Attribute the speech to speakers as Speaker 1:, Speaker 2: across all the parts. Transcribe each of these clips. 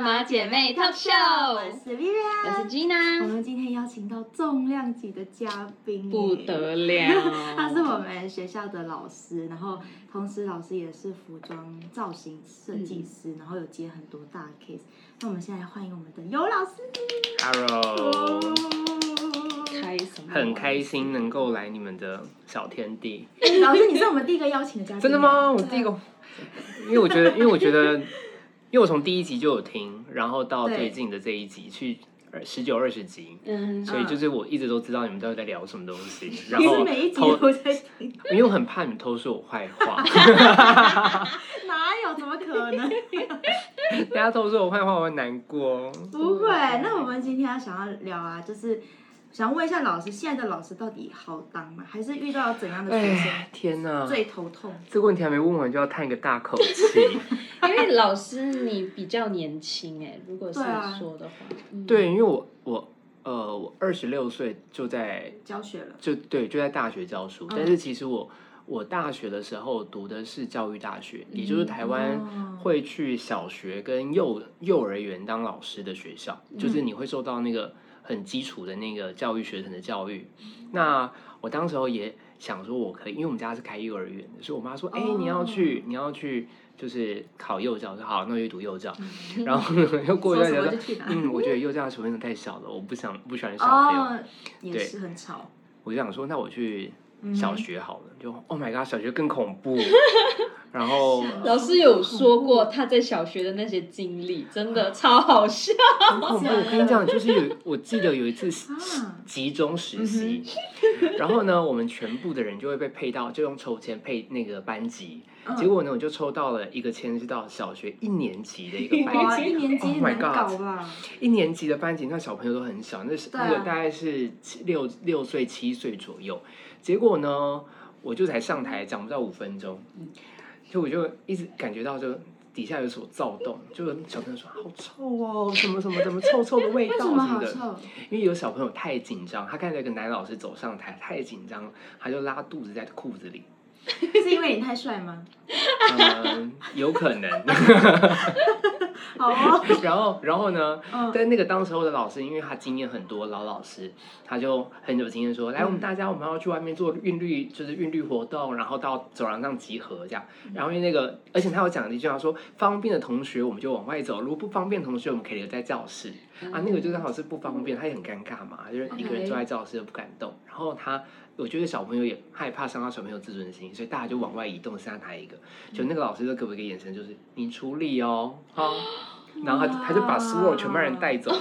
Speaker 1: 妈姐妹 Talk Show，
Speaker 2: 是 Vivian，
Speaker 1: 我是
Speaker 2: 我
Speaker 1: Gina，
Speaker 2: 们今天邀请到重量级的嘉宾耶，
Speaker 1: 不得了
Speaker 2: 他是我们学校的老师，然后同时老师也是服装造型设计师，
Speaker 3: 嗯
Speaker 2: 然后有接很多大 case。那我们现在欢迎我们的尤老师。
Speaker 3: Hello，
Speaker 1: 开什么？
Speaker 3: 很开。心能够来你们的小天地，
Speaker 2: 老师，你是我们第一个邀请的嘉宾。
Speaker 3: 真的？吗？我第一个，因为我觉得，因为我觉得，因为我从第一集就有听，然后到
Speaker 2: 对
Speaker 3: 最近的这一集去呃十九二十集，
Speaker 1: 嗯，
Speaker 3: 所以就是我一直都知道你们到底在聊什么东西， 然
Speaker 2: 你是
Speaker 3: 后
Speaker 2: 每一集
Speaker 3: 偷，
Speaker 2: 都在听？
Speaker 3: 因为我很怕你们偷说我 坏话，
Speaker 2: 哪有？怎么可能？
Speaker 3: 大家偷说我坏话我会难过。
Speaker 2: 不会。那我们今天要想要聊啊，就是想问一下老师，现在的老师到底好当吗？还是遇到怎样的学生
Speaker 3: 哎，天哪！
Speaker 2: 最头痛？
Speaker 3: 这个问题还没问完就要叹一个大口 气。
Speaker 1: 因为老师你比较年轻哎，如果是
Speaker 2: 对啊
Speaker 1: 说的话，嗯，
Speaker 3: 对，因为我我呃我二十六岁就在
Speaker 2: 教学了。
Speaker 3: 就对，就在大学教书。
Speaker 2: 嗯
Speaker 3: 但是其实我我大学的时候读的是教育大学，也就是台湾
Speaker 2: 嗯哦
Speaker 3: 会去小学跟幼幼儿园当老师的学校，就是
Speaker 2: 嗯
Speaker 3: 你会受到那个很基础的那个教育学程的教育。
Speaker 2: 嗯
Speaker 3: 那我当时候也想说，我可以，因为我们家是开幼儿园的，所以我妈说：“哎、你要
Speaker 2: 哦
Speaker 3: 去，你要去。”就是考幼教，我说好，那我就读幼教。然后 呢又过一
Speaker 2: 嗯说
Speaker 3: 段
Speaker 2: 什
Speaker 3: 时
Speaker 2: 么
Speaker 3: 间
Speaker 2: 就
Speaker 3: 说，
Speaker 2: 去哪。
Speaker 3: 嗯，我觉得幼教的学生太小了，我不想不喜欢小朋友。
Speaker 2: 哦，也是很吵。
Speaker 3: 我就想说，那我去
Speaker 2: 嗯
Speaker 3: 小学好了，就 Oh my God，小学更恐 怖。然后
Speaker 2: 啊
Speaker 1: 嗯老师有说过他在小学的那些经历，真的超好笑。
Speaker 3: 很恐怖，我跟你讲，就是有，我记得有 一次
Speaker 2: 啊
Speaker 3: 集中 实习，然后呢，我们全部的人就会被配到，就用抽签配那个班级。
Speaker 2: 嗯
Speaker 3: 结果呢，我就抽到了一个签是到小学一年级的一个班
Speaker 2: 哇，
Speaker 3: 级，
Speaker 2: 一年级
Speaker 3: Oh
Speaker 2: 很
Speaker 3: my
Speaker 2: 难搞
Speaker 3: God
Speaker 2: 吧？
Speaker 3: 一年级的班级，那小朋友都很小，那是、
Speaker 2: 对啊
Speaker 3: 那个大概是七六六岁七岁左右。结果呢，我就才上台讲不到五分钟，
Speaker 2: 嗯
Speaker 3: 就我就一直感觉到就底下有所躁动，就有小朋友说好臭哦，什么什么什么臭臭的味
Speaker 2: 为
Speaker 3: 道
Speaker 2: 什
Speaker 3: 什
Speaker 2: 么
Speaker 3: 么
Speaker 2: 好
Speaker 3: 的。
Speaker 2: 臭？
Speaker 3: 因为有小朋友太紧张，他看到一个男老师走上台，太紧张了，他就拉肚子在裤子里，
Speaker 2: 是因为你太帅吗？
Speaker 3: 嗯，有可能。
Speaker 2: 好 哦，
Speaker 3: 然后，然后呢？
Speaker 2: 嗯，
Speaker 3: 但那个当时候的老师，因为他经验很多，老老师，他就很有经验说，来，我们大家我们要去外面做韵律，就是韵律活动，然后到走廊上集合这样。然后因为那个，而且他有讲了一句话说，方便的同学我们就往外走，如果不方便的同学我们可以留在教室。啊，那个就刚好是不方便，他也很尴尬嘛，就是一个人坐
Speaker 2: 嗯
Speaker 3: 在教室又不敢动。然后他，我觉得小朋友也害怕伤到小朋友自尊心，所以大家就往外移动，剩下他一个。就那个老师就给我一个眼神，就是你处理哦，好、然后他就他就把所有全班人带走了。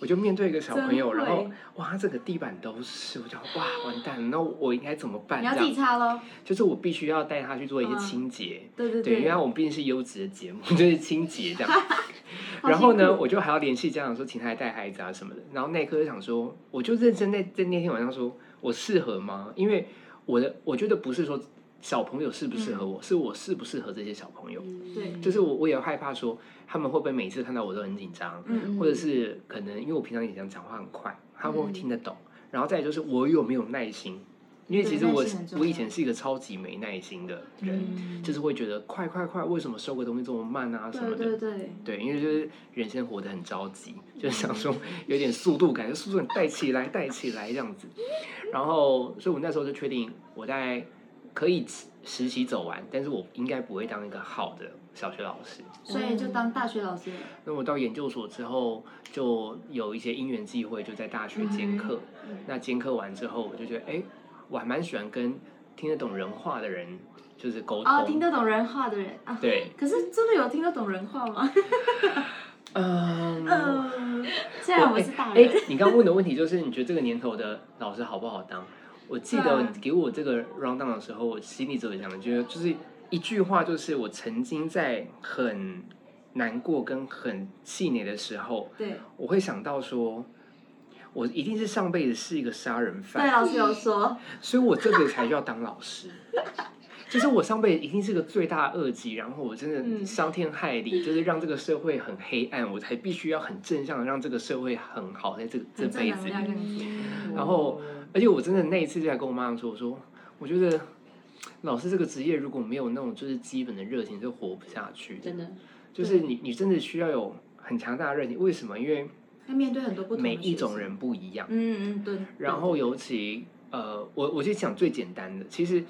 Speaker 3: 我就面对一个小朋友，
Speaker 2: 真
Speaker 3: 然
Speaker 2: 会
Speaker 3: 后哇，他整个地板都是，我就哇完蛋了，那我应该怎么办？
Speaker 2: 你要
Speaker 3: 这
Speaker 2: 自己
Speaker 3: 样
Speaker 2: 擦喽。
Speaker 3: 就是我必须要带他去做一些
Speaker 2: 嗯
Speaker 3: 清洁，
Speaker 2: 对对
Speaker 3: 对，因为我们毕竟是优质的节目， 就是清洁 这样。然后呢，我就还要联系家长说，请他来带孩子啊什么的。然后那一刻就想说，我就认真在在那天晚上说，我适合吗？因为我的我觉得不是说小朋友适不适合
Speaker 2: 嗯
Speaker 3: 我，是我适不适合这些小朋友。
Speaker 1: 嗯
Speaker 2: 对
Speaker 3: 就是我我也害怕说，他们会不会每一次看到我都很紧张，
Speaker 2: 嗯
Speaker 3: 或者是可能因为我平常也讲讲话很快，他会
Speaker 1: 嗯
Speaker 3: 听得懂。然后再来就是我有没有耐心，因为
Speaker 2: 对
Speaker 3: 其实
Speaker 2: 耐
Speaker 3: 我
Speaker 2: 心很重
Speaker 3: 我以
Speaker 2: 要
Speaker 3: 前是一个超级没耐心的人，
Speaker 2: 嗯，
Speaker 3: 就是会觉得快快快，为什么收个东西这么慢啊什么
Speaker 2: 对
Speaker 3: 的。
Speaker 2: 对对，
Speaker 3: 对，因为就是人生活得很着急，就是想说有点速度感，就速度感带起来，带起来这样子。然后，所以我那时候就确定，我在可以实习走完，但是我应该不会当一个好的小学老师。
Speaker 2: 所以就当大学老师了。
Speaker 3: 那我到研究所之后，就有一些因缘际会，就在大学
Speaker 2: 嗯
Speaker 3: 兼课。那兼课完之后，我就觉得，哎，我还蛮喜欢跟听得懂人话的人就是沟通。
Speaker 2: 哦，听得懂人话的人啊。
Speaker 3: 对，
Speaker 2: 可是真的有听得懂人话 吗？
Speaker 3: 嗯。
Speaker 2: 嗯，虽然我们是大
Speaker 3: 哎、
Speaker 2: 人，
Speaker 3: 你刚问的问题就是，你觉得这个年头的老师好不好当？我记
Speaker 2: 对
Speaker 3: 得
Speaker 2: 啊
Speaker 3: 你给我这个 round down 的时候，我心里只有想的，觉得就是一句话，就是我曾经在很难过跟很气馁的时候，
Speaker 2: 对
Speaker 3: 我会想到说，我一定是上辈子是一个杀人
Speaker 2: 对，啊
Speaker 3: 犯，
Speaker 2: 老师有说，
Speaker 3: 所以我这辈子才需要当 老师。就是我上辈子一定是个罪大恶极，然后我真
Speaker 2: 嗯
Speaker 3: 的伤天害理，就是让这个社会很黑暗，我才必须要很正向，让这个社会很好，在这个这
Speaker 2: 很正
Speaker 3: 辈
Speaker 2: 能
Speaker 3: 子里。
Speaker 2: 量这样子。
Speaker 1: 嗯
Speaker 3: 然后，而且我真的那一次就在跟我妈妈说，我说我觉得老师这个职业如果没有那种就是基本的热情，就活不下去。
Speaker 1: 真的，
Speaker 3: 就是你你真的需要有很强大的热情。为什么？因为
Speaker 2: 他面对很多不同的
Speaker 3: 每一
Speaker 2: 学生
Speaker 3: 种，人不一样。
Speaker 2: 嗯嗯对。
Speaker 3: 然后尤其呃，我我就讲最简单的，其实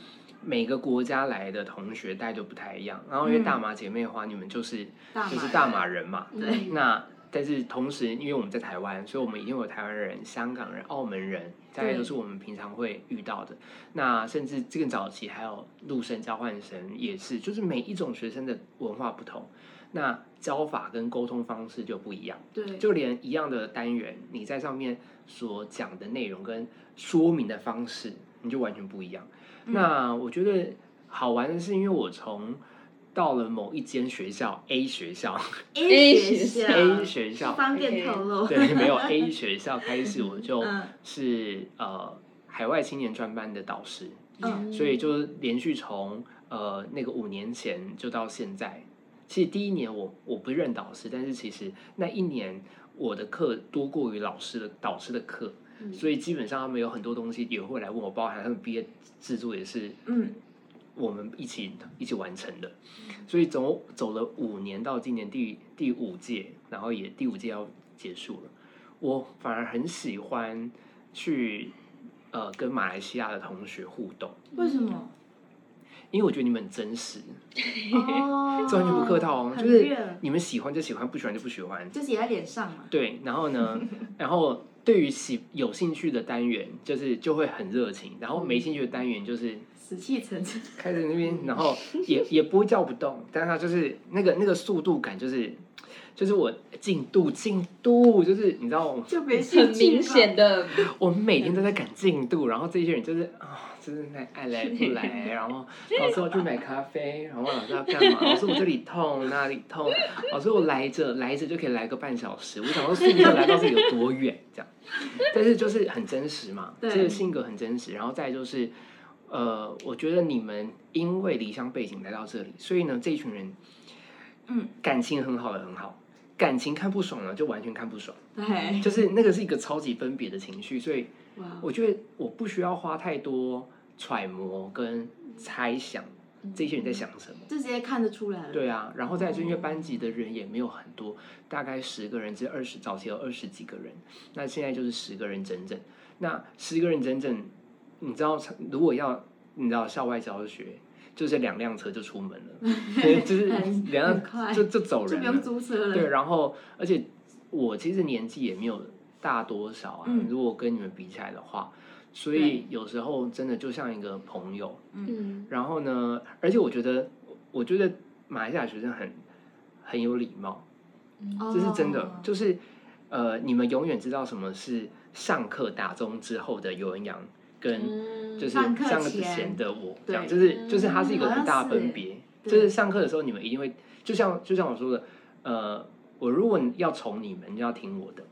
Speaker 3: 每个国家来的同学带都不太一样。然后因为
Speaker 2: 嗯
Speaker 3: 大马姐妹花，你们就是
Speaker 2: 大
Speaker 3: 就是
Speaker 2: 马
Speaker 3: 大
Speaker 2: 人嗯
Speaker 3: 马人嘛，
Speaker 1: 嗯
Speaker 2: 对
Speaker 3: 那但是同时，因为我们在台湾，所以我们一定有台湾人、香港人、澳门人，大概
Speaker 2: 对
Speaker 3: 都是我们平常会遇到的。那甚至更早期还有陆生、交换生也是，就是每一种学生的文化不同，那教法跟沟通方式就不一样。
Speaker 2: 对
Speaker 3: 就连一样的单元，你在上面所讲的内容跟说明的方式，你就完全不一样。
Speaker 2: 嗯
Speaker 3: 那我觉得好玩的是，因为我从到了某一间学校 A 学校
Speaker 2: A
Speaker 1: 学
Speaker 2: 校
Speaker 1: 对
Speaker 3: A 学校
Speaker 2: 不方便透露，
Speaker 3: 对，没有 A 学校开始，我就
Speaker 2: 嗯
Speaker 3: 是呃海外青年专班的导师，
Speaker 2: 嗯
Speaker 3: 所以就连续从呃那个五年前就到现在。其实第一年我我不认导师，但是其实那一年我的课多过于老师的导师的课，
Speaker 1: 嗯
Speaker 3: 所以基本上他们有很多东西也会来问我，包含他们毕业制作也是
Speaker 2: 嗯
Speaker 3: 我们一起一起完成的，所以走走了五年到今年第第五届，然后也第五届要结束了，我反而很喜欢去呃跟马来西亚的同学互动，
Speaker 2: 为什 么？
Speaker 3: 因为我觉得你们很真实，
Speaker 2: 哦
Speaker 3: 这完全不客套哦，
Speaker 2: 很
Speaker 3: 就是
Speaker 2: 热
Speaker 3: 你们喜欢就喜欢，不喜欢就不喜欢，
Speaker 2: 就是也在脸上嘛，
Speaker 3: 对，然 后呢，然后对于喜有兴趣的单元，就是就会很热情，然后没兴趣的单元就是。
Speaker 2: 死气沉沉。
Speaker 3: 开始那边，然后
Speaker 2: 嗯
Speaker 3: 也 也不会叫不动，但是它就是那个那个速度感，就是就是我进度进度，就是你知道我，
Speaker 2: 就没兴
Speaker 1: 很
Speaker 2: 趣
Speaker 1: 明显的，
Speaker 3: 我们每天都在赶进
Speaker 2: 嗯
Speaker 3: 度，然后这些人就是啊、真就是那爱来不 来，然后老师我去买咖啡，然后老师要干嘛？ 老师我这里痛那里痛，老师我来着来着就可以来个半小时，我想说速度来到这里有多远 这样，但是就是很真实嘛，
Speaker 2: 对
Speaker 3: 这个性格很真实，然后再来就是。呃，我觉得你们因为离乡背景来到这里，所以呢，这一群人
Speaker 2: 嗯，
Speaker 3: 感情很好的很好，感情看不爽了就完全看不爽，
Speaker 2: 对，
Speaker 3: 就是那个是一个超级分别的情绪，所以
Speaker 2: 哎哇，
Speaker 3: 我觉得我不需要花太多揣摩跟猜想
Speaker 2: 嗯
Speaker 3: 这些人在想什么。
Speaker 2: 就直接看得出来了。
Speaker 3: 对啊，然后再来是
Speaker 2: 哦
Speaker 3: 因为班级的人也没有很多，大概十个人至二十，早期有二十几个人，那现在就是十个人整整。那十个人整整，你知道，如果要你知道校外教学，就是两辆车就出门 了，对就是
Speaker 2: 很
Speaker 3: 两
Speaker 2: 很
Speaker 3: 辆
Speaker 2: 快，
Speaker 3: 就
Speaker 2: 就
Speaker 3: 就走人
Speaker 2: 不
Speaker 3: 了
Speaker 2: 用。租车了。
Speaker 3: 对，然后而且我其实年纪也没有大多少啊，
Speaker 2: 嗯
Speaker 3: 如果跟你们比起来的话，所
Speaker 2: 对
Speaker 3: 以有时候真的就像一个朋友。
Speaker 1: 嗯，
Speaker 3: 然后呢，而且我觉得，我觉得马来西亚学生很很有礼貌，
Speaker 2: 哦
Speaker 3: 这是真的，就是呃，你们永远知道什么是上课打钟之后的尤恩阳跟。就是
Speaker 2: 嗯上
Speaker 3: 上
Speaker 2: 课
Speaker 3: 课
Speaker 2: 前
Speaker 3: 前的我，这样
Speaker 2: 对
Speaker 3: 就是就是它是一个
Speaker 2: 嗯
Speaker 3: 很大
Speaker 2: 好像
Speaker 3: 的
Speaker 2: 是
Speaker 3: 分
Speaker 2: 欸
Speaker 3: 别，
Speaker 2: 对
Speaker 3: 就是上课的时候，你们一定会，就像就像我说的，呃，我如果要宠你们，就要听我的。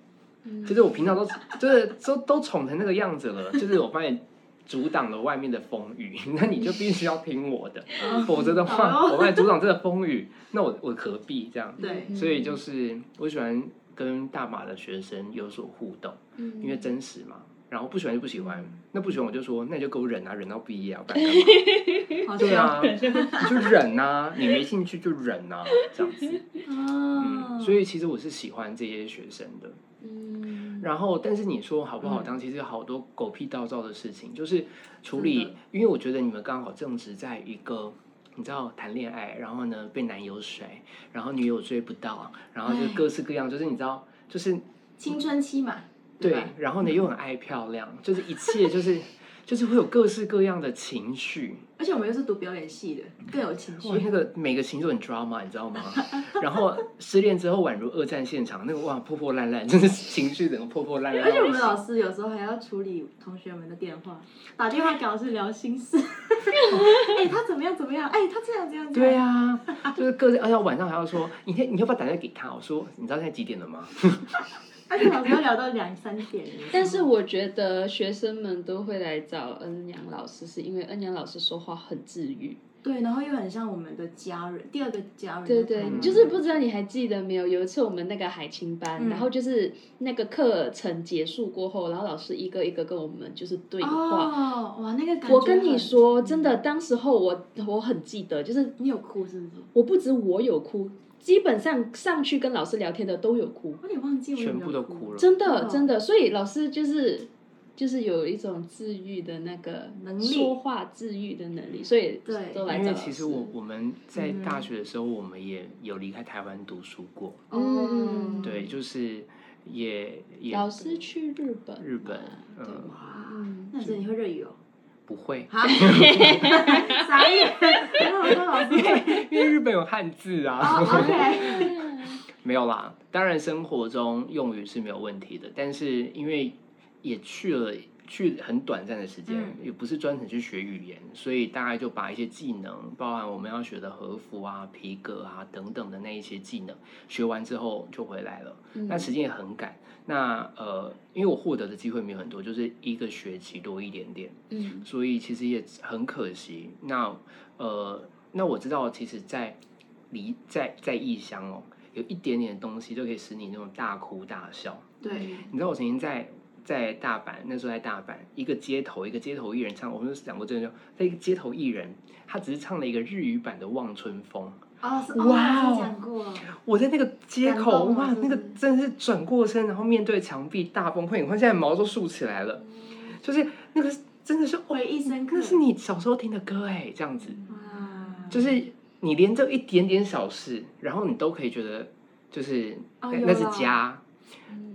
Speaker 2: 嗯
Speaker 1: 嗯
Speaker 3: 就是我平常都就是都都宠成那个样子了，就是我发现阻挡了外面的风雨， 那你就必须要听我 的，
Speaker 2: 哦
Speaker 3: 否则的话，
Speaker 2: 好哟
Speaker 3: 我发现阻挡这个风雨，那我我何必这样？
Speaker 2: 对
Speaker 1: 嗯
Speaker 3: 所以就是我喜欢跟大马的学生有所互动，因
Speaker 1: 因
Speaker 3: 为真实嘛。然后不喜欢就不喜欢
Speaker 2: 嗯，
Speaker 3: 那不喜欢我就说，那你就给我忍啊，忍到毕业啊，不然干嘛？
Speaker 2: 好
Speaker 3: 对
Speaker 2: 笑
Speaker 3: 啊，你就忍啊，你没兴趣就忍啊，这样子。
Speaker 2: 哦
Speaker 3: 嗯，所以其实我是喜欢这些学生的。
Speaker 1: 嗯，
Speaker 3: 然后，但是你说好不好
Speaker 2: 嗯
Speaker 3: 当？其实有好多狗屁倒灶的事情，就是处
Speaker 2: 真
Speaker 3: 理
Speaker 2: 的。
Speaker 3: 因为我觉得你们刚好正值在一个，你知道谈恋爱，然后呢被男友甩，然后女友追不到，然后就
Speaker 2: 唉
Speaker 3: 各式各样，就是你知道，就是
Speaker 2: 青春期嘛，
Speaker 3: 对
Speaker 2: 吧，
Speaker 3: 然后呢又很爱漂亮，就是一切就是 就是会有各式各样的情绪，
Speaker 2: 而且我们又是读表演系的，更有情绪
Speaker 3: 哇，。那个每个情绪都很 drama，你知道吗？ 然后失恋之后宛如二战现场，那个哇破破烂烂，真的是情绪整个破破烂烂到
Speaker 2: 而
Speaker 3: 不
Speaker 2: 且
Speaker 3: 行。
Speaker 2: 我们老师有时候还要处理同学们的电话，打电话给老师聊心 事。哎、他怎么样怎么样？哎、他这样这样。这样
Speaker 3: 对，啊，就是各自，而且晚上还要说，你看你要不要打电话给他？我说，你知道现在几点了吗？
Speaker 2: 而且老师要聊到两三点。
Speaker 1: 但是我觉得学生们都会来找恩阳老师，是因为恩阳老师说话很治愈，
Speaker 2: 对，然后又很像我们的家人，第二个家人。
Speaker 1: 对对，
Speaker 3: 嗯
Speaker 1: 就是不知道你还记得没有？有一次我们那个海青班，
Speaker 2: 嗯
Speaker 1: 然后就是那个课程结束过后，然后老师一个一个跟我们就是对话。
Speaker 2: 哦，哇，那个感觉。
Speaker 1: 我跟你，说，真的，当时候我我很记得，就是
Speaker 2: 你有哭是不是？
Speaker 1: 我不止我有哭，基本上上去跟老师聊天的都有哭，
Speaker 2: 我有点忘记我有没有
Speaker 3: 全部都哭了
Speaker 1: 真
Speaker 2: 真的
Speaker 1: 的
Speaker 2: 哦
Speaker 1: 真的。所以老师就是就是有一种治愈的那个
Speaker 2: 能力
Speaker 1: 说话治愈的能力，所以
Speaker 2: 对
Speaker 1: 都来
Speaker 3: 因
Speaker 1: 找
Speaker 3: 为
Speaker 1: 老
Speaker 3: 其实
Speaker 1: 师
Speaker 3: 我我们在
Speaker 2: 嗯
Speaker 3: 大学的时候，我们也有离开台湾读书过，
Speaker 1: 嗯
Speaker 2: 哦
Speaker 3: 对，就是也也
Speaker 1: 老师去日本嘛，
Speaker 3: 日本嗯
Speaker 1: 对
Speaker 2: 哇，
Speaker 1: 嗯，
Speaker 2: 那真的你会热 语哦？
Speaker 3: 不会，
Speaker 2: 啊， 傻眼！ 然后我说老师会，
Speaker 3: 因为日本有汉字啊。
Speaker 2: 哦，OK，
Speaker 1: 嗯
Speaker 3: 没有啦，当然生活中用语是没有问题的，但是因为也去了去很短暂的时间，
Speaker 2: 嗯
Speaker 3: 也不是专程去学语言，所以大概就把一些技能，包含我们要学的和服啊、皮革啊等等的那一些技能，学完之后就回来了。
Speaker 1: 嗯
Speaker 3: 那时间也很赶，那呃，因为我获得的机会没有很多，就是一个学期多一点点。
Speaker 1: 嗯
Speaker 3: 所以其实也很可惜。那呃，那我知道，其实在，离在在异乡哦，有一点点东西就可以使你那种大哭大笑。
Speaker 2: 对，
Speaker 3: 你知道我曾经在在大阪，那时候在大阪一个街头，一个街头艺人唱，我们讲过这个，在一个街头艺人，他只是唱了一个日语版的《望春风》。
Speaker 2: 哦，是哦，
Speaker 3: 哇哦
Speaker 2: 老师讲过，
Speaker 3: 我在那个街
Speaker 2: 感
Speaker 3: 口，
Speaker 2: 动了
Speaker 3: 哇，
Speaker 2: 是不
Speaker 3: 那个
Speaker 2: 是
Speaker 3: 真的是转过身，然后面对墙壁大崩溃。你看现在毛都竖起来了，
Speaker 1: 嗯
Speaker 3: 就是那个真的是哦
Speaker 2: 回忆深刻
Speaker 3: 那。是你小时候听的歌哎，这样子，
Speaker 2: 哇，
Speaker 3: 就是你连这一点点小事，然后你都可以觉得就是、
Speaker 2: 哦
Speaker 3: 那
Speaker 2: 有
Speaker 3: 那是
Speaker 2: 啦
Speaker 3: 家，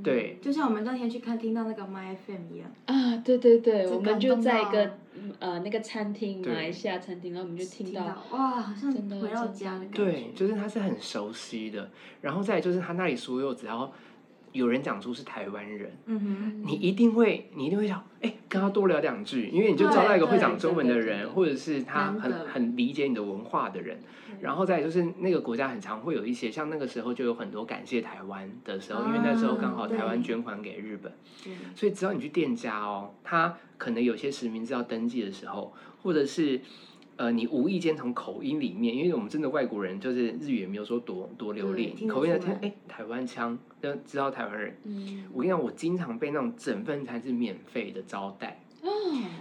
Speaker 3: 对，
Speaker 2: 就像我们那天去看听到那个 My FM 一样，
Speaker 1: 啊，对对对，
Speaker 2: 真
Speaker 1: 我们
Speaker 2: 感
Speaker 1: 就
Speaker 2: 动
Speaker 1: 在一
Speaker 2: 到
Speaker 1: 个嗯呃那个餐厅，马
Speaker 3: 对
Speaker 1: 来西亚餐厅，然后我们就听到，
Speaker 2: 哇，好像
Speaker 1: 真的
Speaker 2: 回到
Speaker 1: 真的
Speaker 2: 家的感觉。
Speaker 3: 对，就是它是很熟悉的，然后再来就是他那里所有只要有人讲出是台湾人，
Speaker 2: 嗯
Speaker 3: 你一定会你一定会想，哎，跟他多聊两句，因为你就招到一个
Speaker 2: 对
Speaker 3: 会
Speaker 2: 对
Speaker 3: 讲中文的
Speaker 1: 真的真
Speaker 3: 人，
Speaker 1: 的
Speaker 3: 或者是他
Speaker 2: 难
Speaker 3: 很
Speaker 2: 得
Speaker 3: 很理解你的文化的人，
Speaker 1: 嗯
Speaker 3: 然后再来就是那个国家很常会有一些，像那个时候就有很多感谢台湾的时候，因为那时候刚好
Speaker 2: 啊对
Speaker 3: 台湾捐款给日本。
Speaker 2: 哼，
Speaker 3: 所以只要你去店家哦，他可能有些实名制要登记的时候，或者是呃你无意间从口音里面，因为我们真的外国人就是日语也没有说多多流利
Speaker 2: 对，听得
Speaker 3: 口音来
Speaker 2: 出
Speaker 3: 听
Speaker 2: 来，
Speaker 3: 哎，台湾腔，就知道台湾人。
Speaker 1: 嗯，
Speaker 3: 我跟你讲，我经常被那种整份餐是免费的招待，
Speaker 1: 哦，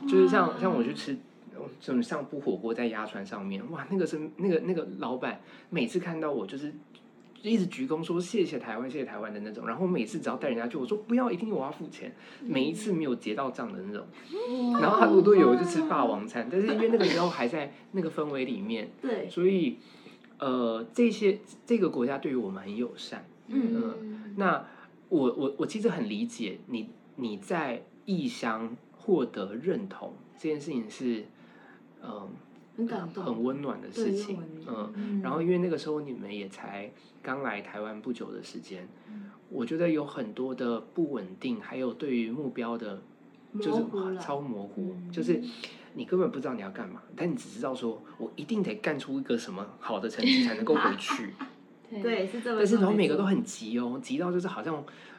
Speaker 3: 就是像
Speaker 2: 哇
Speaker 3: 像我去吃。怎么上铺火锅在鸭川上面？哇，那个是那个那个老板，每次看到我就是一直鞠躬说谢谢台湾，谢谢台湾的那种。然后每次只要带人家去，我说不要，一定我要付钱。每
Speaker 2: 嗯
Speaker 3: 一次没有结到账的那种。然后他
Speaker 2: 哦
Speaker 3: 如果有我就吃霸王餐，但是因为那个时候还在那个氛围里面，
Speaker 2: 对，
Speaker 3: 所以呃，这些这个国家对于我们很友善。
Speaker 2: 嗯
Speaker 1: 嗯，
Speaker 3: 呃那我我我其实很理解你你在异乡获得认同这件事情是，嗯、
Speaker 2: 很感动，
Speaker 3: 很温暖的
Speaker 2: 对
Speaker 3: 事情
Speaker 2: 又温，暖
Speaker 3: 嗯。
Speaker 2: 嗯
Speaker 3: 然后因为那个时候你们也才刚来台湾不久的时间，
Speaker 2: 嗯
Speaker 3: 我觉得有很多的不稳定，还有对于目标的，就
Speaker 2: 模
Speaker 3: 是
Speaker 2: 糊
Speaker 3: 哇
Speaker 2: 了
Speaker 3: 超模糊，
Speaker 2: 嗯
Speaker 3: 就是你根本不知道你要干嘛，但你只知道说我一定得干出一个什么好的成绩才能够回 去。
Speaker 2: 对，是这么说。
Speaker 3: 但是然后
Speaker 2: 没
Speaker 3: 每个
Speaker 2: 错
Speaker 3: 都很急哦，急到就是好像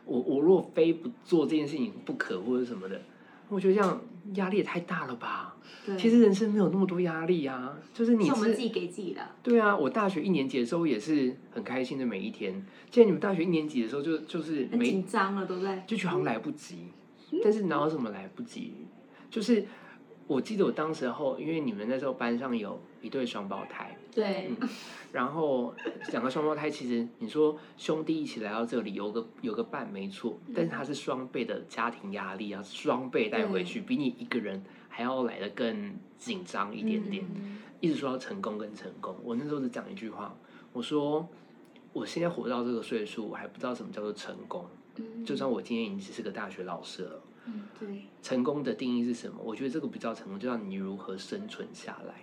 Speaker 3: 我我若非不做这件事情不可或者什么的，我觉得这样压力也太大了吧？
Speaker 2: 对
Speaker 3: 其实人生没有那么多压力啊，就是你
Speaker 2: 是我们
Speaker 3: 是
Speaker 2: 自己给自己的，
Speaker 3: 对啊，我大学一年级的时候也是很开心的每一天。既然你们大学一年级的时候就就是
Speaker 2: 很
Speaker 3: 没
Speaker 2: 紧张了，都在。
Speaker 3: 就觉得好像来不及，但是哪有什么来不及？就是我记得我当时候，因为你们那时候班上有一对双胞胎，嗯
Speaker 2: 对，
Speaker 3: 然后两个双胞胎其实你说兄弟一起来到这里有个有个伴没错，但是他是双倍的家庭压力啊，双倍带回去，比你一个人还要来的更紧张一点
Speaker 1: 嗯
Speaker 3: 点。一直说要成功跟成功，我那时候只讲一句话，我说我现在活到这个岁数，我还不知道什么叫做成功。
Speaker 1: 嗯
Speaker 3: 就算我今天已经是个大学老师了，
Speaker 1: 嗯
Speaker 2: 对
Speaker 3: 成功的定义是什么？我觉得这个不叫成功，就叫你如何生存下来。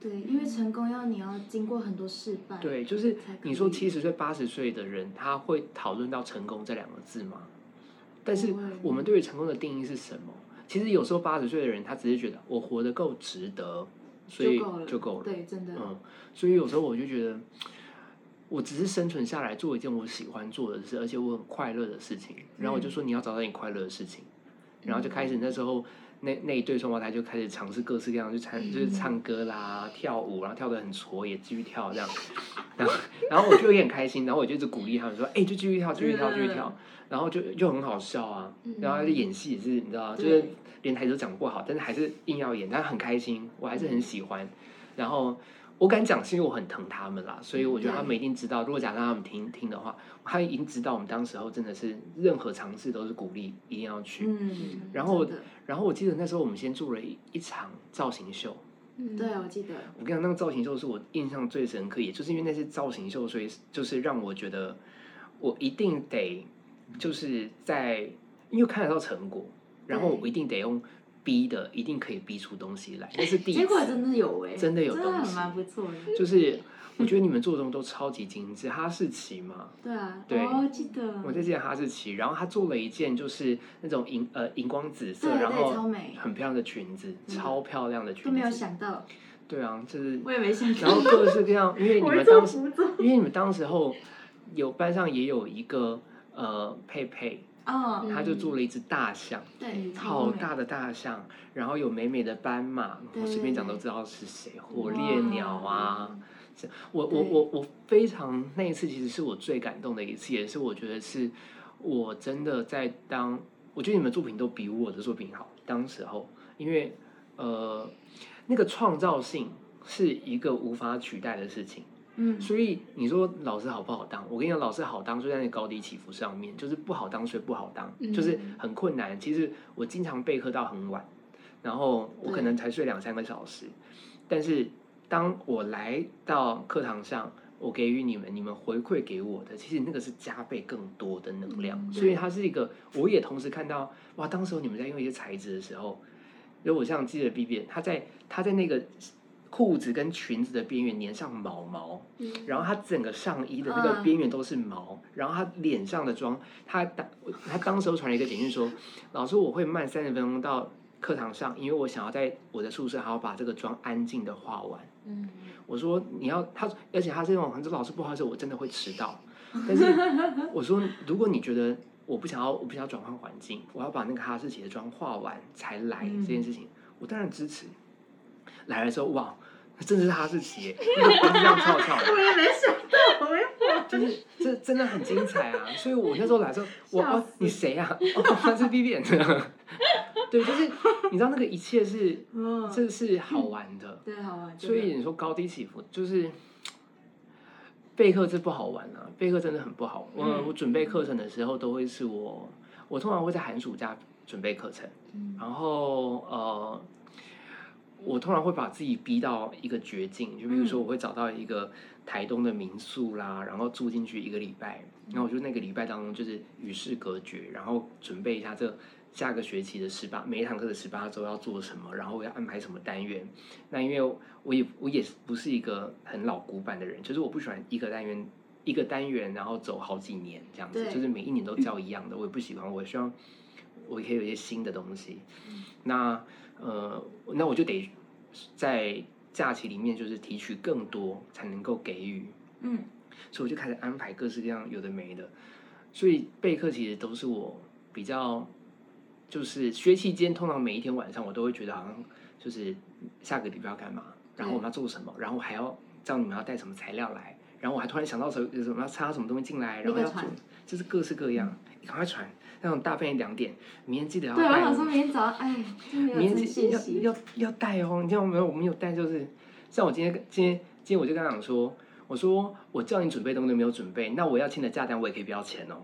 Speaker 2: 对，因为成功要你要经过很多失败。
Speaker 3: 对，就是
Speaker 2: 才可以
Speaker 3: 你说七十岁、八十岁的人，他会讨论到成功这两个字吗？但是
Speaker 2: 不会
Speaker 3: 我们对于成功的定义是什么？其实有时候八十岁的人，他只是觉得我活得够值得，所以
Speaker 2: 就够了，
Speaker 3: 就够了。
Speaker 2: 对，真的，
Speaker 3: 嗯，所以有时候我就觉得，我只是生存下来做一件我喜欢做的事，而且我很快乐的事情。然后我就说你要找到你快乐的事情，然后就开始那时候那那一对双胞胎就开始尝试各式各样，就唱就是唱歌啦、跳舞，然后跳得很挫，也继续跳这样。然后然后我就有点开心，然后我就一直鼓励他们说：“哎、就继续跳，继续跳，继续跳。”然后就就很好笑啊，然后他就演戏也是你知道，就是
Speaker 1: 对
Speaker 3: 连台词都讲不好，但是还是硬要演，但很开心，我还是很喜欢。然后我敢讲是因为我很疼他们啦，所以我觉得他们一定知道。如果讲让他们听听的话，他已经知道我们当时候真的是任何尝试都是鼓励，一定要去。
Speaker 2: 嗯，
Speaker 3: 然后
Speaker 2: 真的
Speaker 3: 然后我记得那时候我们先做了一一场造型秀，
Speaker 1: 嗯
Speaker 2: 对，我记得，
Speaker 3: 我跟你讲，那个造型秀是我印象最深刻，也就是因为那些造型秀，所以就是让我觉得我一定得就是在因为看得到成果，然后
Speaker 2: 对
Speaker 3: 我一定得用逼的，一定可以逼出东西来。那是第一次，
Speaker 2: 结果真的有哎、
Speaker 3: 真的有
Speaker 2: 真的
Speaker 3: 东
Speaker 2: 很
Speaker 3: 西
Speaker 2: 蛮不错的。
Speaker 3: 就是我觉得你们做的东西都超级精致，哈士奇嘛。
Speaker 2: 对啊，
Speaker 3: 对
Speaker 2: 哦，记得，
Speaker 3: 我这件哈士奇，然后他做了一件就是那种荧呃荧光紫色，
Speaker 2: 对
Speaker 3: 然
Speaker 2: 对超
Speaker 3: 后
Speaker 2: 美
Speaker 3: 很漂亮的裙子，
Speaker 2: 嗯
Speaker 3: 超漂亮的裙子，
Speaker 2: 都没有想到，
Speaker 3: 对啊，就是
Speaker 2: 我也没想
Speaker 3: 然
Speaker 2: 到
Speaker 3: 后，各式各样，因为你
Speaker 2: 我
Speaker 3: 们
Speaker 2: 是做
Speaker 3: 当时，
Speaker 2: 服装，
Speaker 3: 因为你们当时候有班上也有一个呃佩佩，
Speaker 2: 哦，
Speaker 1: 嗯
Speaker 3: 他就做了一只大象，
Speaker 2: 对，超
Speaker 3: 好
Speaker 2: 美
Speaker 3: 大的大象，然后有美美的斑马，
Speaker 2: 对
Speaker 3: 我随便讲都知道是谁，火烈鸟啊。是我我
Speaker 2: 对
Speaker 3: 我我非常那一次，其实是我最感动的一次，也是我觉得是我真的在当，我觉得你们作品都比我的作品好。当时候，因为呃，那个创造性是一个无法取代的事情。
Speaker 2: 嗯，
Speaker 3: 所以你说老师好不好当？我跟你讲，老师好当就在那高低起伏上面，就是不好当，所以不好当，
Speaker 1: 嗯
Speaker 3: 就是很困难。其实我经常备课到很晚，然后我可能才睡两三个小时，但是当我来到课堂上，我给予你们，你们回馈给我的，其实那个是加倍更多的能量。
Speaker 1: 嗯
Speaker 3: 所以它是一个，我也同时看到，哇，当时候你们在用一些材质的时候，如果像记得 B B，他在他在那个裤子跟裙子的边缘粘上毛毛。
Speaker 1: 嗯
Speaker 3: 然后他整个上衣的那个
Speaker 2: 嗯
Speaker 3: 边缘都是毛，然后他脸上的妆，他当他当时候传了一个简讯说，老师我会慢三十分钟到课堂上，因为我想要在我的宿舍好好把这个妆安静的画完。
Speaker 1: 嗯
Speaker 3: 我说你要他，而且他是那种，他说老师不好意思，我真的会迟 到。但是我说，如果你觉得我不想要，我不想要转换环境，我要把那个哈士奇的妆画完才来、
Speaker 2: 嗯
Speaker 3: 这件事情，我当然支持。来的时候哇，真的是哈士奇耶，那个光亮翘翘的。
Speaker 2: 我也没想到，我也嗯
Speaker 3: 就是这真的很精彩啊！所以我那时候 来说，我
Speaker 2: 笑
Speaker 3: 哦
Speaker 2: 死，
Speaker 3: 你谁呀、啊？哦，他是 B B 的。 对，就是你知道那个一切是，
Speaker 2: 嗯，
Speaker 3: 这是好玩的。
Speaker 2: 对，好啊玩，
Speaker 3: 所以你说高低起伏，就是备课是不好玩啊，备课真的很不好。我、
Speaker 1: 嗯
Speaker 3: 我准备课程的时候，都会是我，我通常会在寒暑假准备课程，
Speaker 1: 嗯
Speaker 3: 然后呃，我通常会把自己逼到一个绝境，就比如说我会找到一个台东的民宿啦，然后住进去一个礼拜，然后我就那个礼拜当中就是与世隔绝，然后准备一下这下个学期的十八每一堂课的十八周要做什么，然后我要安排什么单元。那因为我也我也不是一个很老古板的人，就是我不喜欢一个单元。一个单元，然后走好几年这样子，
Speaker 2: 对
Speaker 3: 就是每一年都教一样的，我也不喜欢。我希望我可以有一些新的东西。那呃，那我就得在假期里面就是提取更多，才能够给予。
Speaker 2: 嗯，
Speaker 3: 所以我就开始安排各式各样有的没的。所以备课其实都是我比较，就是学期间，通常每一天晚上我都会觉得好像就是下个礼拜要干嘛，然后我们要做什么，然后还要叫你们要带什么材料来，然后我还突然想到什么有什么要插什么东西进来，然后
Speaker 2: 立
Speaker 3: 要
Speaker 2: 刻
Speaker 3: 做
Speaker 2: 传，
Speaker 3: 就是各式各样，赶快传，那种大半夜两点，明天记得要
Speaker 2: 嗯对，我
Speaker 3: 带
Speaker 2: 想
Speaker 3: 哦
Speaker 2: 说明天早上，哎，真的没有真
Speaker 3: 年纪
Speaker 2: 谢
Speaker 3: 要
Speaker 2: 谢，
Speaker 3: 要要带哦，你知道没有？我们有带就是，像我今天今天今天我就跟他讲说，我说我叫你准备东西没有准备，那我要签的价单我也可以不要钱哦。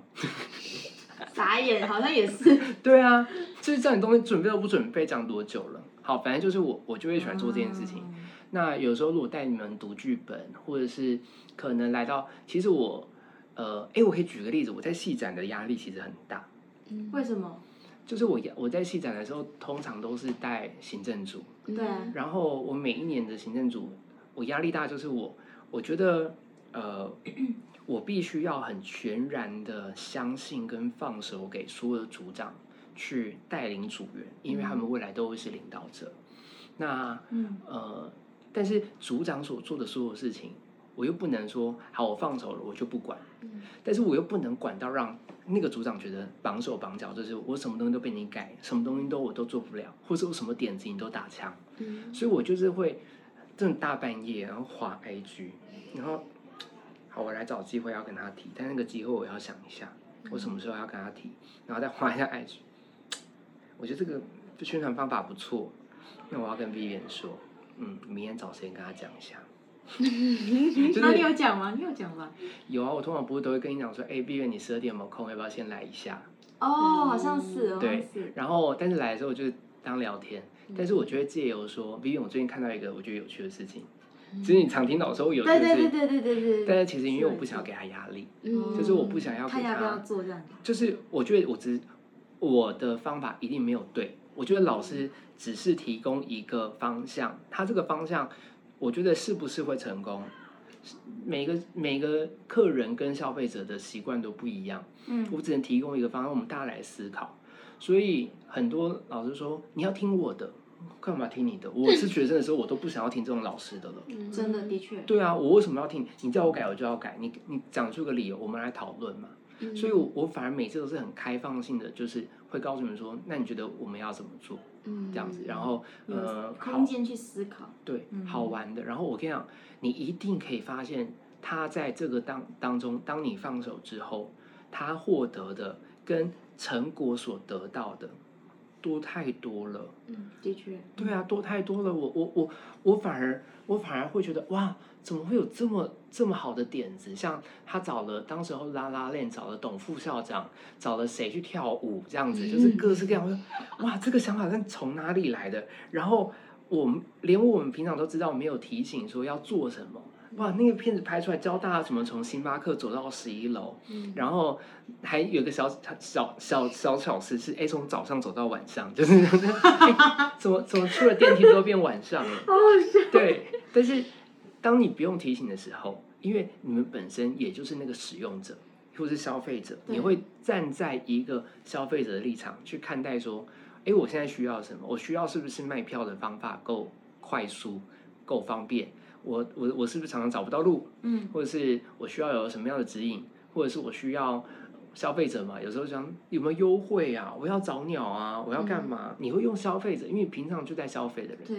Speaker 2: 傻眼，好像也是，
Speaker 3: 对啊，就是叫你东西准备都不准备，讲多久了？好，反正就是我我就会喜欢做这件事情。
Speaker 2: 嗯
Speaker 3: 那有时候如果带你们读剧本，或者是可能来到，其实我呃，哎，我可以举个例子，我在戏展的压力其实很大。
Speaker 1: 嗯
Speaker 2: 为什么？
Speaker 3: 就是我我在戏展的时候，通常都是带行政组，
Speaker 1: 嗯
Speaker 2: 对啊
Speaker 3: 然后我每一年的行政组，我压力大就是我，我觉得呃， 我必须要很全然的相信跟放手给所有的组长去带领组员，因为他们未来都会是领导者。那
Speaker 2: 嗯，
Speaker 3: 呃，但是组长所做的所有事情，我又不能说好我放手了我就不管，
Speaker 2: 嗯
Speaker 3: 但是我又不能管到让那个组长觉得绑手绑脚，就是我什么东西都被你改，什么东西都我都做不了，或者我什么点子你都打枪，
Speaker 1: 嗯
Speaker 3: 所以我就是会真的大半夜然后滑 IG，然后好我来找机会要跟他提，但那个机会我要想一下，我什么时候要跟他提，然后再滑一下 IG，我觉得这个宣传方法不错，那我要跟 Vivian 说，嗯，明天找时间跟他讲 一下。就是
Speaker 2: 那你有讲吗？你有讲吧？
Speaker 3: 有啊，我通常不是都会跟你讲说，哎、b i v i a n 你十二点有没有空？要不要先来一下？
Speaker 2: 哦，好像是，好像
Speaker 3: 嗯对
Speaker 2: 是，
Speaker 3: 然后，但是来的时候我就是当聊天，
Speaker 2: 嗯
Speaker 3: 但是我就会借由说，Vivian，我最近看到一个我觉得有趣的事情，其实你常听到我说我有趣
Speaker 2: 对
Speaker 3: 的
Speaker 2: 对
Speaker 3: 事
Speaker 2: 对
Speaker 3: 情，
Speaker 2: 对对对对。
Speaker 3: 但是其实因为我不想要
Speaker 2: 是
Speaker 3: 给他压力，
Speaker 1: 嗯，
Speaker 3: 就是我不想要
Speaker 2: 看
Speaker 3: 给
Speaker 2: 要不要
Speaker 3: 他，
Speaker 2: 做这样。
Speaker 3: 就是我觉得我只我的方法一定没有对，我觉得老
Speaker 2: 嗯
Speaker 3: 师只是提供一个方向，他这个方向，我觉得是不是会成功，是每个每个客人跟消费者的习惯都不一样。
Speaker 2: 嗯
Speaker 3: 我只能提供一个方案，我们大家来思考。所以很多老师说你要听我的，干嘛听你的？我是学生的时候，我都不想要听这种老师的了。
Speaker 1: 嗯
Speaker 2: 真的的确，
Speaker 3: 对啊，我为什么要听？你叫我改，我就要改。你你讲出个理由，我们来讨论嘛。
Speaker 1: 嗯
Speaker 3: 所以我我反而每次都是很开放性的，就是会告诉你们说，那你觉得我们要怎么做
Speaker 1: 嗯
Speaker 3: 这样子？然后
Speaker 2: 有，
Speaker 3: 呃好
Speaker 2: 空。间去思嗯考。
Speaker 3: 对，
Speaker 2: 嗯
Speaker 3: 好玩的。然后我跟你讲，你一定可以发现，他在这个当当中，当你放手之后，他获得的跟成果所得到的多太多了。
Speaker 2: 嗯，的确。
Speaker 3: 对啊，多太多了。我我我我反而我反而会觉得哇，怎么会有这么这么好的点子？像他找了当时候拉拉链找了董副校长，找了谁去跳舞这样子，就是各式各样。我说哇，这个想法是从哪里来的？然后我们连我们平常都知道没有提醒说要做什么。哇，那个片子拍出来教大家怎么从星巴克走到十一楼，
Speaker 1: 嗯
Speaker 3: 然后还有个小小小小巧思是，哎，从早上走到晚上，就是 哎怎么怎么出了电梯之后变晚上了？
Speaker 2: 嗯
Speaker 3: 对，但是当你不用提醒的时候，因为你们本身也就是那个使用者或是消费者，
Speaker 2: 对
Speaker 3: 你会站在一个消费者的立场去看待说，哎，我现在需要什么？我需要是不是卖票的方法够快速、够方便？我我我是不是常常找不到路？
Speaker 2: 嗯
Speaker 3: 或者是我需要有什么样的指引，或者是我需要消费者嘛，有时候想有没有优惠啊，我要找鸟啊，我要干嘛？你会用消费者，因为平常就在消费的人
Speaker 2: 嗯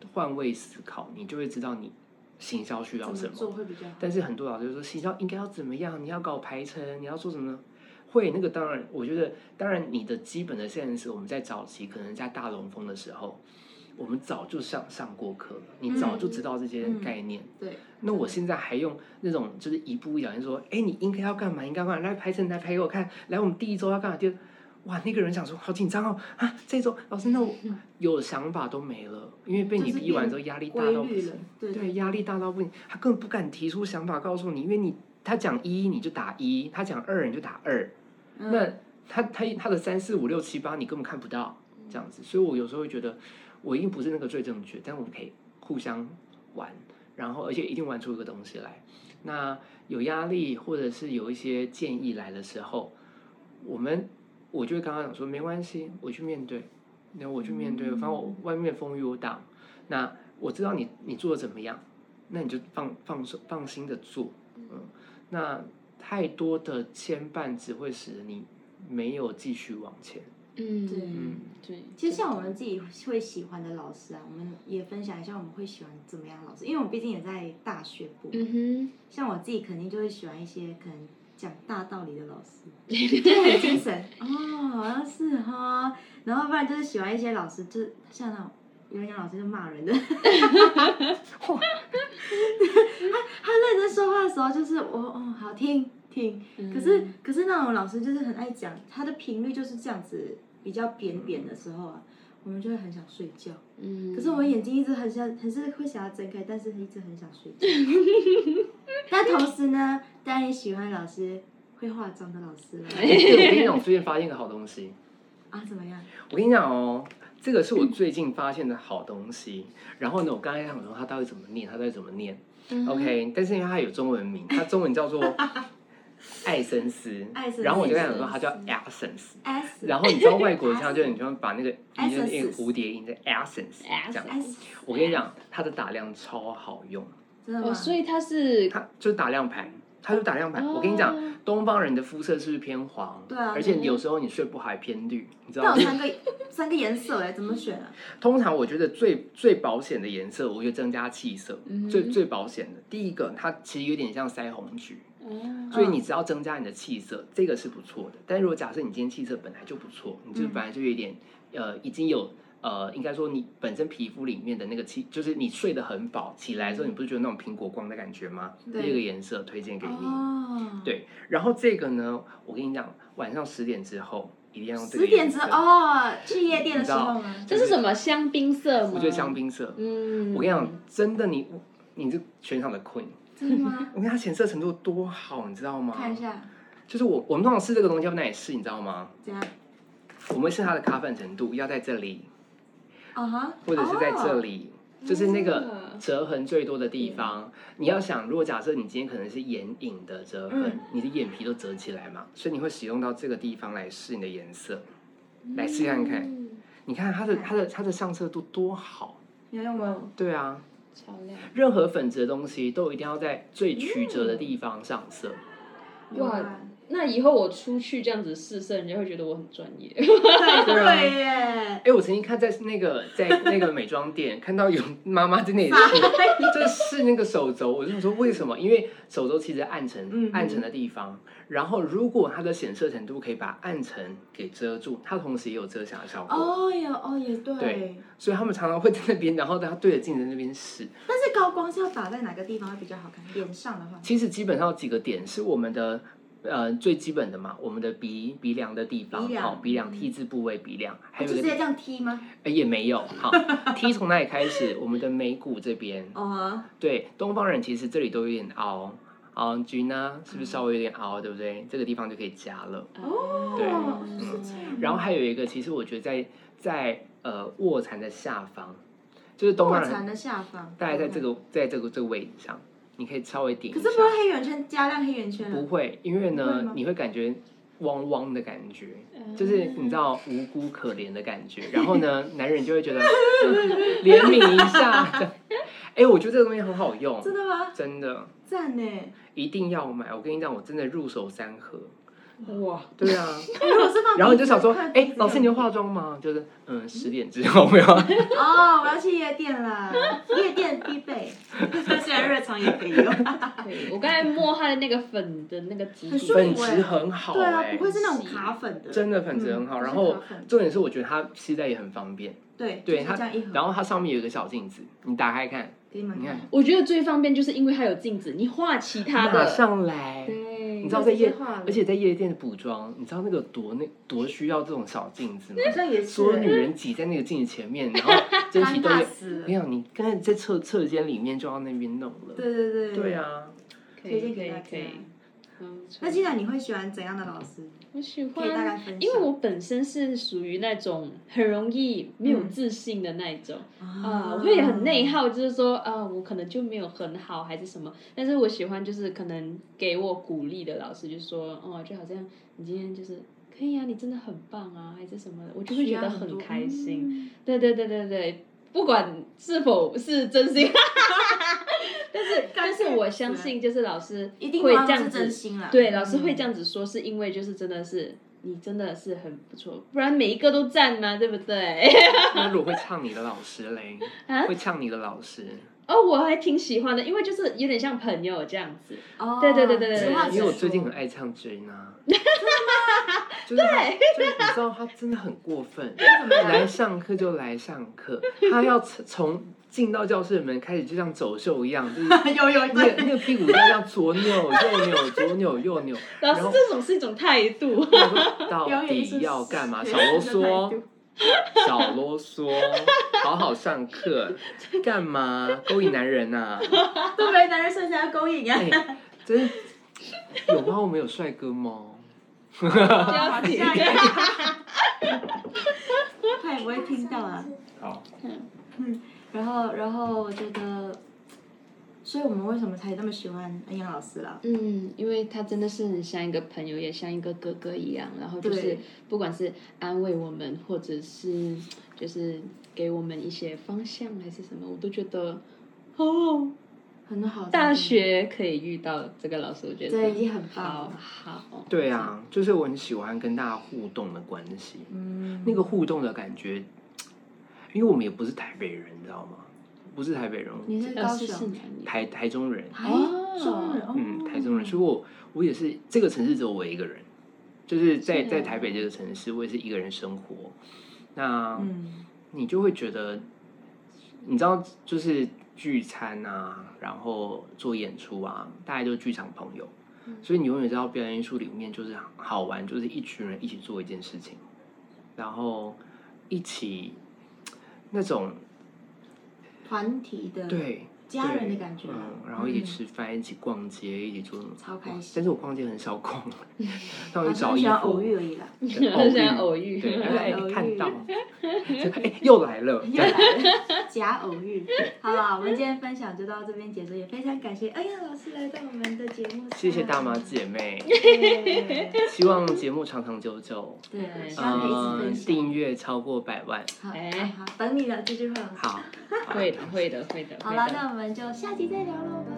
Speaker 2: 对，
Speaker 3: 换位思考，你就会知道你行销需要什
Speaker 2: 怎么做
Speaker 3: 么。
Speaker 2: 会比较好？
Speaker 3: 但是很多老师就说行销应该要怎么样，你要搞排程，你要做什么呢？会那个当然，我觉得当然你的基本的 sense，我们在早期可能在大龙峰的时候，我们早就上上过课了，你早就知道这些
Speaker 2: 嗯嗯
Speaker 3: 概念。
Speaker 2: 对，
Speaker 3: 那我现在还用那种就是一步一脚印说，哎，你应该要干嘛，应该干嘛，来排成来排给我看，来我们第一周要干嘛，第二，哇，那个人想说好紧张哦，啊，这周老师那我
Speaker 2: 嗯
Speaker 3: 有想法都没了，因为被你逼完之后压力大
Speaker 2: 规
Speaker 3: 到不
Speaker 2: 律
Speaker 3: 行
Speaker 2: 了，，对
Speaker 3: 对，压力大到不行，他根本不敢提出想法告诉你，因为你他讲一你就打一，他讲二你就打二，
Speaker 2: 嗯
Speaker 3: 那他他他的三四五六七八你根本看不到这样子，所以我有时候会觉得我一定不是那个最正确，但我们可以互相玩，然后而且一定玩出一个东西来。那有压力或者是有一些建议来的时候，我们我就会刚刚讲说没关系，我去面对，那我去面对，
Speaker 2: 嗯
Speaker 3: 反正我外面风雨我挡，那我知道你你做的怎么样，那你就放放手放心的做，嗯，那太多的牵绊只会使你没有继续往 前，嗯
Speaker 1: 嗯，对，
Speaker 2: 其实像我们自己会喜欢的老师啊，我们也分享一下我们会喜欢怎么样的老师，因为我毕竟也在大学部，
Speaker 1: 嗯
Speaker 2: 像我自己肯定就会喜欢一些可能讲大道理的老师，
Speaker 1: 哼，
Speaker 2: 就很精神 哦，好像是哈、然后不然就是喜欢一些老师，就是像那种有人讲老师就骂人的，他认真说话的时候就是我哦好听听，可是可是那种老师就是很爱讲，他的频率就是这样子比较扁扁的时候啊，我们就会很想睡觉。
Speaker 1: 嗯，
Speaker 2: 可是我眼睛一直很想，还是会想要睁开，但是一直很想睡觉。 但同时呢，当然也喜欢老师会化妆的老师了
Speaker 3: 哎我跟你讲，我最近发现一个好东西，
Speaker 2: 啊，怎么样？
Speaker 3: 我跟你讲哦，这个是我最近发现的好东西。然后呢，我刚才想说它到底怎么念，它到底怎么念、
Speaker 1: 嗯
Speaker 3: o k 但是因为它有中文名，它中文 叫做艾森斯，
Speaker 2: 艾森斯
Speaker 3: 然后我就跟他讲说它叫 essence。
Speaker 2: S
Speaker 3: 然后你知道外国 腔就是你就把那个音就是那个
Speaker 2: Essence
Speaker 3: 蝴蝶音的 essence 这样。
Speaker 2: S，
Speaker 3: 我跟你讲，它的打量超好用，
Speaker 2: 真的吗？
Speaker 1: 哦，所以他是
Speaker 3: 他就是打亮盘，他就打亮盘。我跟你讲，
Speaker 1: 哦
Speaker 3: 东方人的肤色是不是偏黄？
Speaker 2: 对啊
Speaker 3: 而且有时候你睡不好还偏绿，你知道
Speaker 2: 那
Speaker 3: 吗
Speaker 2: 有？三个三个颜色哎，怎么选啊？
Speaker 3: 通常我觉得最最保险的颜色，我觉得增加气色，
Speaker 1: 嗯
Speaker 3: 最最保险的。第一个，它其实有点像腮红橘，
Speaker 2: 嗯
Speaker 1: 哦
Speaker 3: 所以你只要增加你的气色，这个是不错的。但如果假设你今天气色本来就不错，你就
Speaker 2: 嗯
Speaker 3: 本来就有点、呃已经有。呃，应该说你本身皮肤里面的那个气，就是你睡得很饱，起来的时候你不是觉得那种苹果光的感觉吗？
Speaker 2: 嗯对
Speaker 3: 这个颜色推荐给你。
Speaker 2: 哦，
Speaker 3: 对然后这个呢，我跟你讲，晚上十点之后一定要用这个
Speaker 2: 十点
Speaker 3: 颜
Speaker 2: 之
Speaker 3: 色，
Speaker 2: 哦，去夜店的时候吗？
Speaker 1: 这是什么香槟色吗？
Speaker 3: 我觉得香，槟色。
Speaker 1: 嗯，
Speaker 3: 我跟你讲，真的你你是全场的 queen，
Speaker 2: 真的吗？
Speaker 3: 我跟他显色程度多好，你知道吗？
Speaker 2: 看一，下，
Speaker 3: 就是我我们通常试这个东西要在哪里试，你知道吗？
Speaker 2: 这样，
Speaker 3: 我们试它的卡粉程度要在这里，
Speaker 2: 啊哈，
Speaker 3: 或者是在这
Speaker 2: 哦，
Speaker 3: 里。就是那个
Speaker 1: 嗯
Speaker 3: 折痕最多的地方，你要想，如果假设你今天可能是眼影的折痕，
Speaker 2: 嗯
Speaker 3: 你的眼皮都折起来嘛，所以你会使用到这个地方来试你的颜色。来试看看
Speaker 1: 嗯，
Speaker 3: 你看它的它的它的上色度多好，
Speaker 2: 你要用吗？
Speaker 3: 对啊，
Speaker 1: 超亮。
Speaker 3: 任何粉质的东西都一定要在最
Speaker 2: 嗯
Speaker 3: 曲折的地方上色。
Speaker 1: 哇
Speaker 2: 有啊
Speaker 1: 那以后我出去这样子试色，人家会觉得我很专业。
Speaker 2: 对
Speaker 3: 对啊
Speaker 2: 对耶，
Speaker 3: 哎、我曾经看在那个在那个美妆店看到有妈妈真的也是， 这是那个手肘，我就想说为什么？因为手肘其实暗
Speaker 2: 嗯
Speaker 3: 沉暗沉的地方，然后如果它的显色程度可以把暗沉给遮住，它同时也有遮瑕的效果。
Speaker 2: 哦有哦也对
Speaker 3: 对，所以他们常常会在那边，然后他对着镜子那边试。
Speaker 2: 但是高光是要打在哪个地方会比较好看？脸上的话，
Speaker 3: 其实基本上有几个点是我们的。呃，最基本的嘛，我们的鼻鼻梁的地方，
Speaker 2: 鼻梁
Speaker 3: 好，鼻梁 T 字部位，鼻梁，还
Speaker 2: 就
Speaker 3: 有一
Speaker 2: 哦直
Speaker 3: 个
Speaker 2: 接这样踢吗？
Speaker 3: 哎，也没有。 好，T 从哪里开始？我们的眉骨这边，
Speaker 2: 哦，
Speaker 3: 对，东方人其实这里都有点凹，凹均呢是不是稍微有点凹，对不对？这个地方就可以加了。
Speaker 1: 哦
Speaker 3: 对
Speaker 2: 是这样
Speaker 3: 然后还有一个，其实我觉得在在huh. 呃卧蚕的下方，就是东
Speaker 2: 卧
Speaker 3: 方
Speaker 2: 蚕
Speaker 3: 人
Speaker 2: 的下方，
Speaker 3: 大概在这个在这个这个位置上，你可以稍微顶
Speaker 2: 可
Speaker 3: 一
Speaker 2: 是
Speaker 3: 下
Speaker 2: 不，会黑眼圈加亮黑眼圈
Speaker 3: 不
Speaker 2: 啊？
Speaker 3: 会，因为
Speaker 2: 不会吗嗯
Speaker 3: 呢你会感觉汪汪的感觉。就是你知
Speaker 1: 道，
Speaker 3: 道无辜可怜的感觉，然后 呢，男人就会觉得嗯 怜悯一下。 这样哎、我觉得这个东西很好用，
Speaker 2: 真的吗？
Speaker 3: 真的
Speaker 2: 赞呢！
Speaker 3: 一定要买。我跟你讲，我真的入手三盒。
Speaker 2: 嗯
Speaker 1: 哇，
Speaker 3: 对 啊，
Speaker 2: 哎如果是放
Speaker 3: 然后你就想说，
Speaker 2: 鼻子
Speaker 3: 哎、
Speaker 2: 看鼻子
Speaker 3: 老师你就化妆吗？就是嗯，十点之后没有。啊
Speaker 2: 哦，我要去夜店啦，夜店必备。虽然日常也可以用，
Speaker 1: 可以。我刚才摸他的那个粉的那个质
Speaker 2: 很
Speaker 1: 地
Speaker 2: 舒服
Speaker 3: 本质很好、
Speaker 2: 对啊，
Speaker 3: 哎
Speaker 2: 不会是那种卡粉的，
Speaker 3: 真的粉质很好。
Speaker 2: 嗯
Speaker 3: 然
Speaker 2: 不
Speaker 3: 后
Speaker 2: 是卡粉
Speaker 3: 重点是，我觉得它携带也很方便。
Speaker 2: 对，
Speaker 3: 对
Speaker 2: 就是
Speaker 3: 它
Speaker 2: 这样一盒，
Speaker 3: 然后它上面有一个小镜子，你打开看，
Speaker 2: 给你们
Speaker 3: 你看
Speaker 2: 看，
Speaker 1: 我觉得最方便就是因为它有镜子，你画其他
Speaker 3: 马
Speaker 1: 的，
Speaker 3: 上来。
Speaker 1: 对，
Speaker 3: 你知道在夜
Speaker 2: 这句话了，
Speaker 3: 而且在夜店的补妆，你知道那个多那多需要这种小镜子吗？
Speaker 2: 好像也是，
Speaker 3: 所有女人挤在那个镜子前面，然 后争取都
Speaker 2: 尴尬
Speaker 3: 有。
Speaker 2: 死了
Speaker 3: 没。有，你刚才在厕厕间里面就要那边弄了。
Speaker 2: 对对对，
Speaker 3: 对，啊，
Speaker 1: 可
Speaker 2: 推
Speaker 1: 以
Speaker 2: 荐
Speaker 1: 可
Speaker 2: 给
Speaker 1: 以
Speaker 2: 大
Speaker 1: 可
Speaker 2: 家
Speaker 1: 以。。嗯
Speaker 2: 那既然你会喜欢怎样的老师？
Speaker 1: 我喜
Speaker 2: 可以大概
Speaker 1: 欢，
Speaker 2: 分享。
Speaker 1: 因为我本身是属于那种很容易没
Speaker 2: 嗯
Speaker 1: 有自信的那一种。啊、我会很内。耗，就是说，啊、我可能就没有很好，还是什么。但是我喜欢就是可能给我鼓励的老师，就说，哦，就好像你今天就是可以啊，你真的很棒啊，还是什么的，我就会觉得很开心。
Speaker 2: 心。
Speaker 1: 对对对对对，不管是否是真心， 但是我相信就是老师
Speaker 2: 一定
Speaker 1: 会
Speaker 2: 会
Speaker 1: 这样
Speaker 2: 是真
Speaker 1: 子，
Speaker 2: 心啦。啊
Speaker 1: 对，老师会这样子说，是因为就是真的是。你真的是很不错，不然每一个都赞嘛，对不对？
Speaker 3: 那如果会唱你的老师 嘞
Speaker 1: 啊，
Speaker 3: 会唱你的老师，
Speaker 1: 哦，我还挺喜欢的，因为就是有点像朋友这样子。
Speaker 2: 哦。
Speaker 1: 对对对对对
Speaker 2: 实话
Speaker 1: 对
Speaker 3: 因为我
Speaker 2: 实
Speaker 3: 最近
Speaker 2: 说
Speaker 3: 很爱唱 J 呢。 就是他，就是你知道他真的很过分， 来上课就来上课，他要从进到教室的门开始，就像走秀一样，就是
Speaker 2: 有有
Speaker 3: 那个
Speaker 2: 对，
Speaker 3: 那个屁股要要左扭右扭左扭右扭，
Speaker 1: 老
Speaker 3: 然
Speaker 1: 师
Speaker 3: 后
Speaker 1: 这种是一种态度，
Speaker 3: 我说
Speaker 2: 表
Speaker 3: 到
Speaker 2: 演艺术
Speaker 3: 底要干嘛？
Speaker 2: 学
Speaker 3: 少
Speaker 2: 生
Speaker 3: 啰
Speaker 2: 的态
Speaker 3: 嗦
Speaker 2: 度，
Speaker 3: 少啰嗦，好好上课，干嘛勾引男人啊？
Speaker 2: 都没男人剩下要勾引啊。
Speaker 3: 哎、真有吗？我们有帅哥吗？
Speaker 1: 要紧
Speaker 2: 下一个， 他也不会听到啊。
Speaker 3: 好，
Speaker 2: 然后，然后我觉得，所以我们为什么才那么喜欢恩阳老师啦？
Speaker 1: 嗯，因为他真的是很像一个朋友，也像一个哥哥一样，然后就是
Speaker 2: 对
Speaker 1: 不管是安慰我们，或者是就是给我们一些方向还是什么，我都觉得哦，
Speaker 2: 很好。
Speaker 1: 大学可以遇到这个老师，我觉得
Speaker 2: 对已经很棒啊
Speaker 1: 好
Speaker 2: 了
Speaker 1: 好。
Speaker 3: 对啊，就是我很喜欢跟大家互动的关系，
Speaker 2: 嗯，
Speaker 3: 那个互动的感觉，因为我们也不是台北人，你知道吗？不是台北人，
Speaker 2: 你是
Speaker 1: 老
Speaker 3: 呃
Speaker 2: 高
Speaker 1: 师是
Speaker 2: 雄
Speaker 1: 哪里？
Speaker 3: 台台中人，
Speaker 2: 台中人，
Speaker 3: 嗯，
Speaker 2: 哦
Speaker 3: 台中人，所以我我也是这个城市只有我一个人，就是在
Speaker 1: 是啊
Speaker 3: 在台北这个城市，我也是一个人生活。那
Speaker 2: 嗯，
Speaker 3: 你就会觉得，你知道，就是聚餐啊，然后做演出啊，大家就是剧场朋友，
Speaker 2: 嗯
Speaker 3: 所以你永远知道表演艺术里面就是好玩，就是一群人一起做一件事情，然后一起那种
Speaker 2: 团体的
Speaker 3: 对
Speaker 2: 嗯家人
Speaker 3: 对
Speaker 2: 的感觉啊
Speaker 3: 嗯，，然后一起
Speaker 2: 嗯
Speaker 3: 吃饭，一起逛街，一起做什么，
Speaker 2: 超开心
Speaker 3: 但是我逛街很少逛， 那我
Speaker 2: 啊
Speaker 3: 就找衣
Speaker 2: 喜
Speaker 3: 服
Speaker 2: 欢偶 遇而已啦。
Speaker 3: 对
Speaker 1: 好像偶遇
Speaker 3: 对，哎
Speaker 2: 偶遇
Speaker 3: 看到， 哎又来了，
Speaker 2: 又来了，假偶遇。好了，我们今天分享就到这边结束，也非常感谢哎呀老师来到我们的节目上。
Speaker 3: 谢谢大妈姐妹，
Speaker 2: 对。
Speaker 3: 希望节目长长久久，
Speaker 2: 对， 希望可以一
Speaker 1: 嗯
Speaker 3: 嗯，
Speaker 2: 直分享。
Speaker 3: 订阅超过百万，
Speaker 2: 好，
Speaker 1: 哎
Speaker 2: 好，好等你了这句话。
Speaker 3: 好，好
Speaker 1: 会的，会的，会的。
Speaker 2: 好
Speaker 1: 会
Speaker 2: 了，
Speaker 1: 的
Speaker 2: 那我们就下集再聊喽，拜拜。